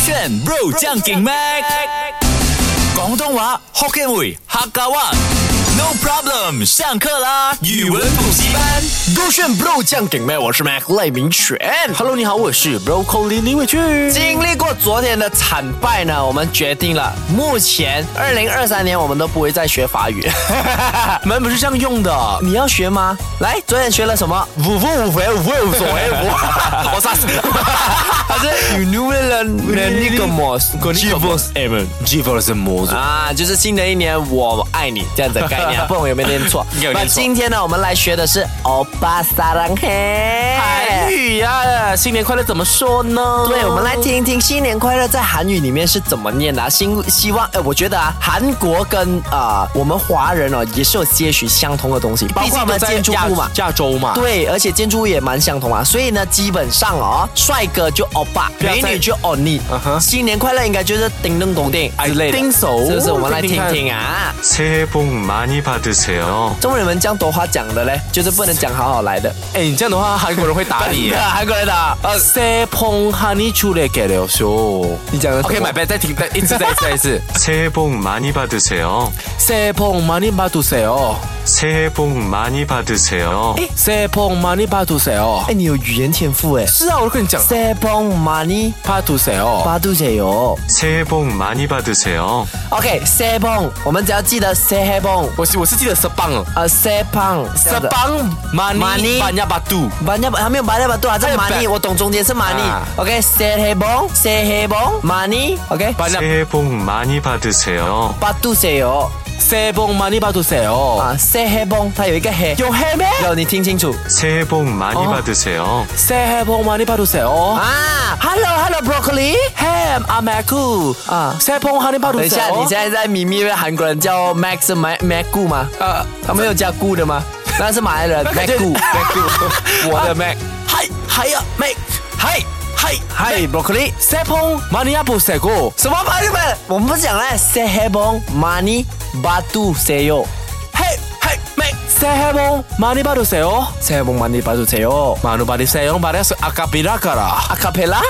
选 Bro 将劲 Mac，广东话 Hokkien 语客家话。No problem，上课啦！语文补习班。勾选 bro 酱顶妹，我是 Mac 赖明全。 Hello，你好，我是 Broccoli 李伟俊。经历过昨天的惨败呢，我们决定了，目前二零二三年我们都不会再学法语。门不是这样用的，你要学吗？来，昨天学了什么？五不五回，五回无所谓， 我我杀死。还是 you knew it and n i c o m o s GeForce M GeForce 模组。啊，就是新的一年我爱你这样子的概念，不然我有没有念错 ？有念错那今天呢，我们来学的是欧巴萨朗嘿。韩语呀，新年快乐怎么说呢？对，我们来听一听新年快乐在韩语里面是怎么念的、啊。希希望，哎，我觉得啊，韩国跟啊、我们华人哦也是有些许相同的东西，包毕括我竟都们在建筑亚物嘛。亚洲嘛，对，而且建筑物也蛮相同啊，所以呢，基本上哦，帅哥就欧巴，不要再美女就欧尼嗯哼新年快乐应该就是叮咚咚叮哎之类的 I think so 是不是？我们来听听听看听啊， 새해 복 많이 받으세요. 中国人们这样多话讲的嘞，就是不能讲好好来的，。哎，你这样的话，韩国人会打你 韩国人的啊，呃，塞碰哈尼出来给了说。你讲的什么 OK，买杯再听，再一次，再一次，再一 次。 새해 복 많이 받으세요. 새해 복 많이 받으세요. 새해 복 많이 받으세요. 새해 복 많이 받으세요. 哎，你有语言天赋哎，是啊，我都跟你讲， 세봉 많이 받으세요. 받으세요 새해 복 많이 받으세요. OK，세봉，我们只要记得세해봉， 我是我是记得 sepang 呃，세팡， s e p a n money 많이 banyak batu。把那还没有把那把多少这哎 money，我懂中间是 money 啊。 OK，세해봉세해봉 money。OK， banyak 새해 복 많이 받으세요. 받으세요 아, 새해 복 많이 받으세요. 啊，세해봉它有一个嘿，有黑咩？有你听清楚 새해 복 많이 받으세요. 새해 복 많이 받으세요. 아, 啊。Hello Hello Broccoli。 햄 아메쿠. 아. 새해 복 많이 等一下， 받으세요. 你现在在迷迷，因为韩国人叫 Max Mac Mac 顾吗？呃，他们有加顾的吗？那是马来人 Mac 顾 Mac 顾，我的 Mac。 하이 하이야 맥 하이 하이 嗨 맥. ，Broccoli。 새해 복 많이 받으세요. 什么朋友们？我们不讲了。塞黑崩 money 巴杜塞哟， 헤이 헤이 맥. 새해 복 많이 받으세요. 塞黑崩 money 巴杜塞哟。 많이 받으세요. 말해서 아까비라가라. 阿卡贝拉？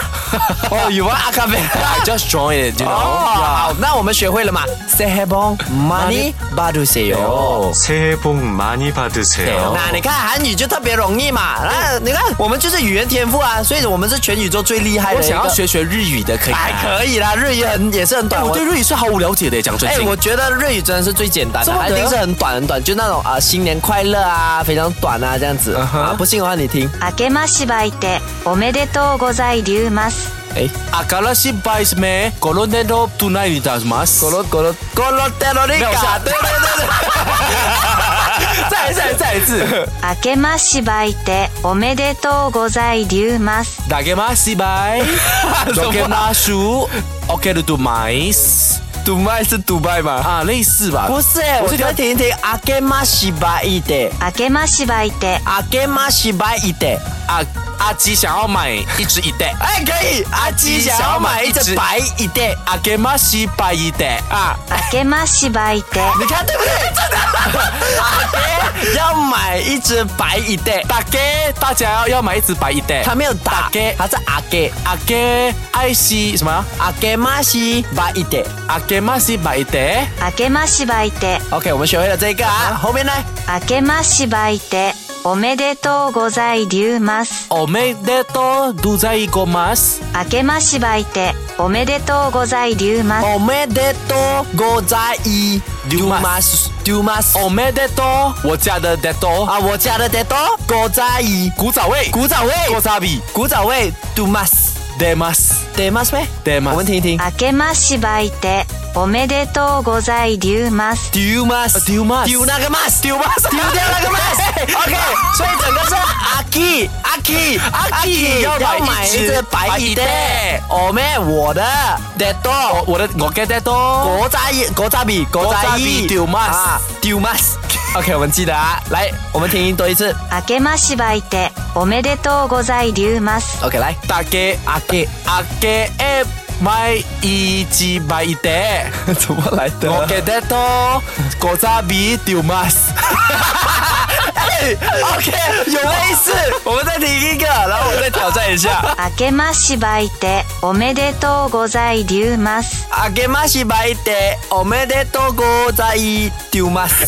哦，有啊，阿卡贝拉 I。just joined it, you 哦， know. 好，那我们学会了嘛？塞黑崩 money 巴杜塞哟。 새해 복 많이 받으세요. 那你看韩语就特别容易嘛，那你看我们就是语言天赋啊，所以我们是全宇宙最厉害的。我想要，学学日语的，可以吗？还可以啦，日语很也是很短。我对日语是毫无了解的，讲真哎、心。我觉得日语真的是最简单的，这么它的一定是很短很短，就那种啊、新年快乐啊，非常短啊这样子、啊。不信的话你听，明けましばいておめでとうございます哎、阿卡拉西拜斯梅，格罗内罗杜奈里达马斯。咕噜咕噜咕噜德罗利没有卡，下对对对对，再来再来再来一次，明けましばいておめでとうございます大家马西拜，罗格纳叔，OK 的杜麦斯杜拜是杜拜吗？啊，类似吧？不是、欸，我是觉得听一听阿给玛西巴伊的，明けましばいて阿给玛西巴伊的，阿阿基想要买一只一袋，哎可以，阿基想要买一只白一的阿给马西拜一袋 Ah. 啊，明けましばいて你看对不对？ 真的，阿给要买一只白一的，大家大家要要买一只白一袋。他没有打打给他是阿给阿给爱西什么啊？阿给玛西巴伊的。阿给马西拜一袋。明けましばいて OK，我们学会了这个啊，后面呢？明けましばいておめでとうございますおめでとうございます。明けましばいておめでとうございます我们的多国在一 Do mas do mas おめでとう，我家的 d e t o 啊，我家的得多国在一古早味，鼓掌位，古早味鼓掌位 do mas ，de mas do mas 呗 de mas，我们听一听明けましばいておめでとうございます do mas do mas 丢那个 mas 丢 mas 丢掉那个 mas OK，所以整个是阿 k 阿 k 阿 k 要买买一一只只白白蚁蚁的袋，我们我的得多。我我的我给 d e t o 国家一国家比国家一国家比丢 mas 丢 mas。OK，我们记得啊，来，我们听多一次。明けましばいておめでとうございます。 OK，来，大家阿给阿给哎买一只白一袋， 怎么来的 我给 d e t o 古早味 do mas，语，OK，有类似。我们再听一个，然后我再挑战 一下。明けましていておめでとうございます。あけましばいておめでとうございます。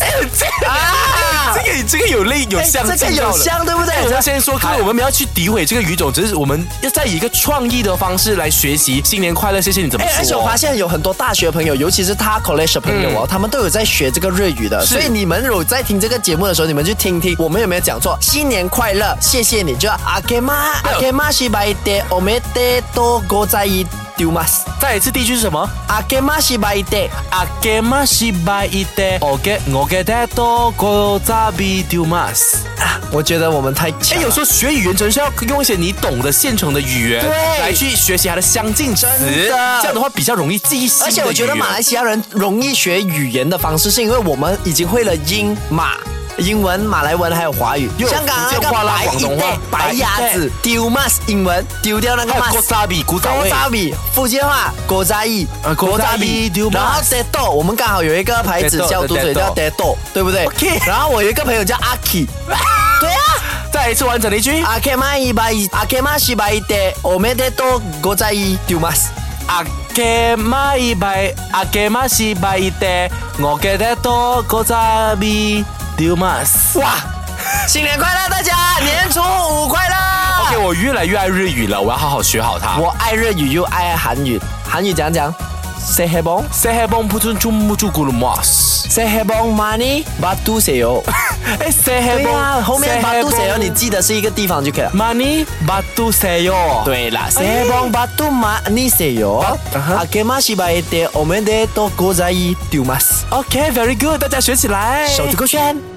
啊，这个哎这个有类有相这个近到有了。香，对不对哎？我要先说，各位，我们没有去诋毁这个语种，只是我们要再以一个创意的方式来学习“新年快乐，谢谢你”怎么哎，而且说我。发现有很多大学朋友，尤其是他 college 朋友哦，嗯他们都有在学这个日语的。所以你们有在听这个节目的时候，你们去听听我们有没有讲错“新年快乐”，谢谢你，就阿给妈哎阿给妈西白的我们的多国在一丢吗？再一次，第一句是什么？阿给妈西白的あけましていておげおげでとうございます。啊，我觉得我们太哎，强有了。时候学语言真是要用一些你懂的现成的语言对来去学习它的相近词，真的这样的话比较容易记忆新的而且我觉得语言马来西亚人容易学语言的方式，是因为我们已经会了英马。英文、马来文还有华语，有香港那福个建话啦白一广东代话白鸭白一哎子丢 mas 英文丢掉那个还有 mas，古扎比古早高味，扎比，福建话国扎意呃，国扎国扎比意丢，然后 mas 得豆，我们刚好有一个牌子 Dettol，叫毒水叫 Dettol 得豆，对不对 OK 然后我有一个朋友叫阿 K，对啊，再一次完整的一句。阿 K 嘛一百一，阿 K 嘛西百一的，我们得豆国扎意丢 mas。あけまいばい啊あけましばいておげでとうございます。哇，新年快乐大家，年初五快乐 OK，我越来越爱日语了，我要好好学好它。我爱日语又爱韩语，韩语讲讲，say hey bong。塞黑帮不尊重不住古鲁啊莫斯， Say hey bong money, but do say yo。哎，塞黑对啊，帮后面 but do say yo，你记得是一个地方就可以了。哎 money 巴杜塞哟，对啦，Uh-huh 세봉받도많이세요아케마시바이때오메데또고자이듀마스 ，OK，very good，大家学起来，手足够炫。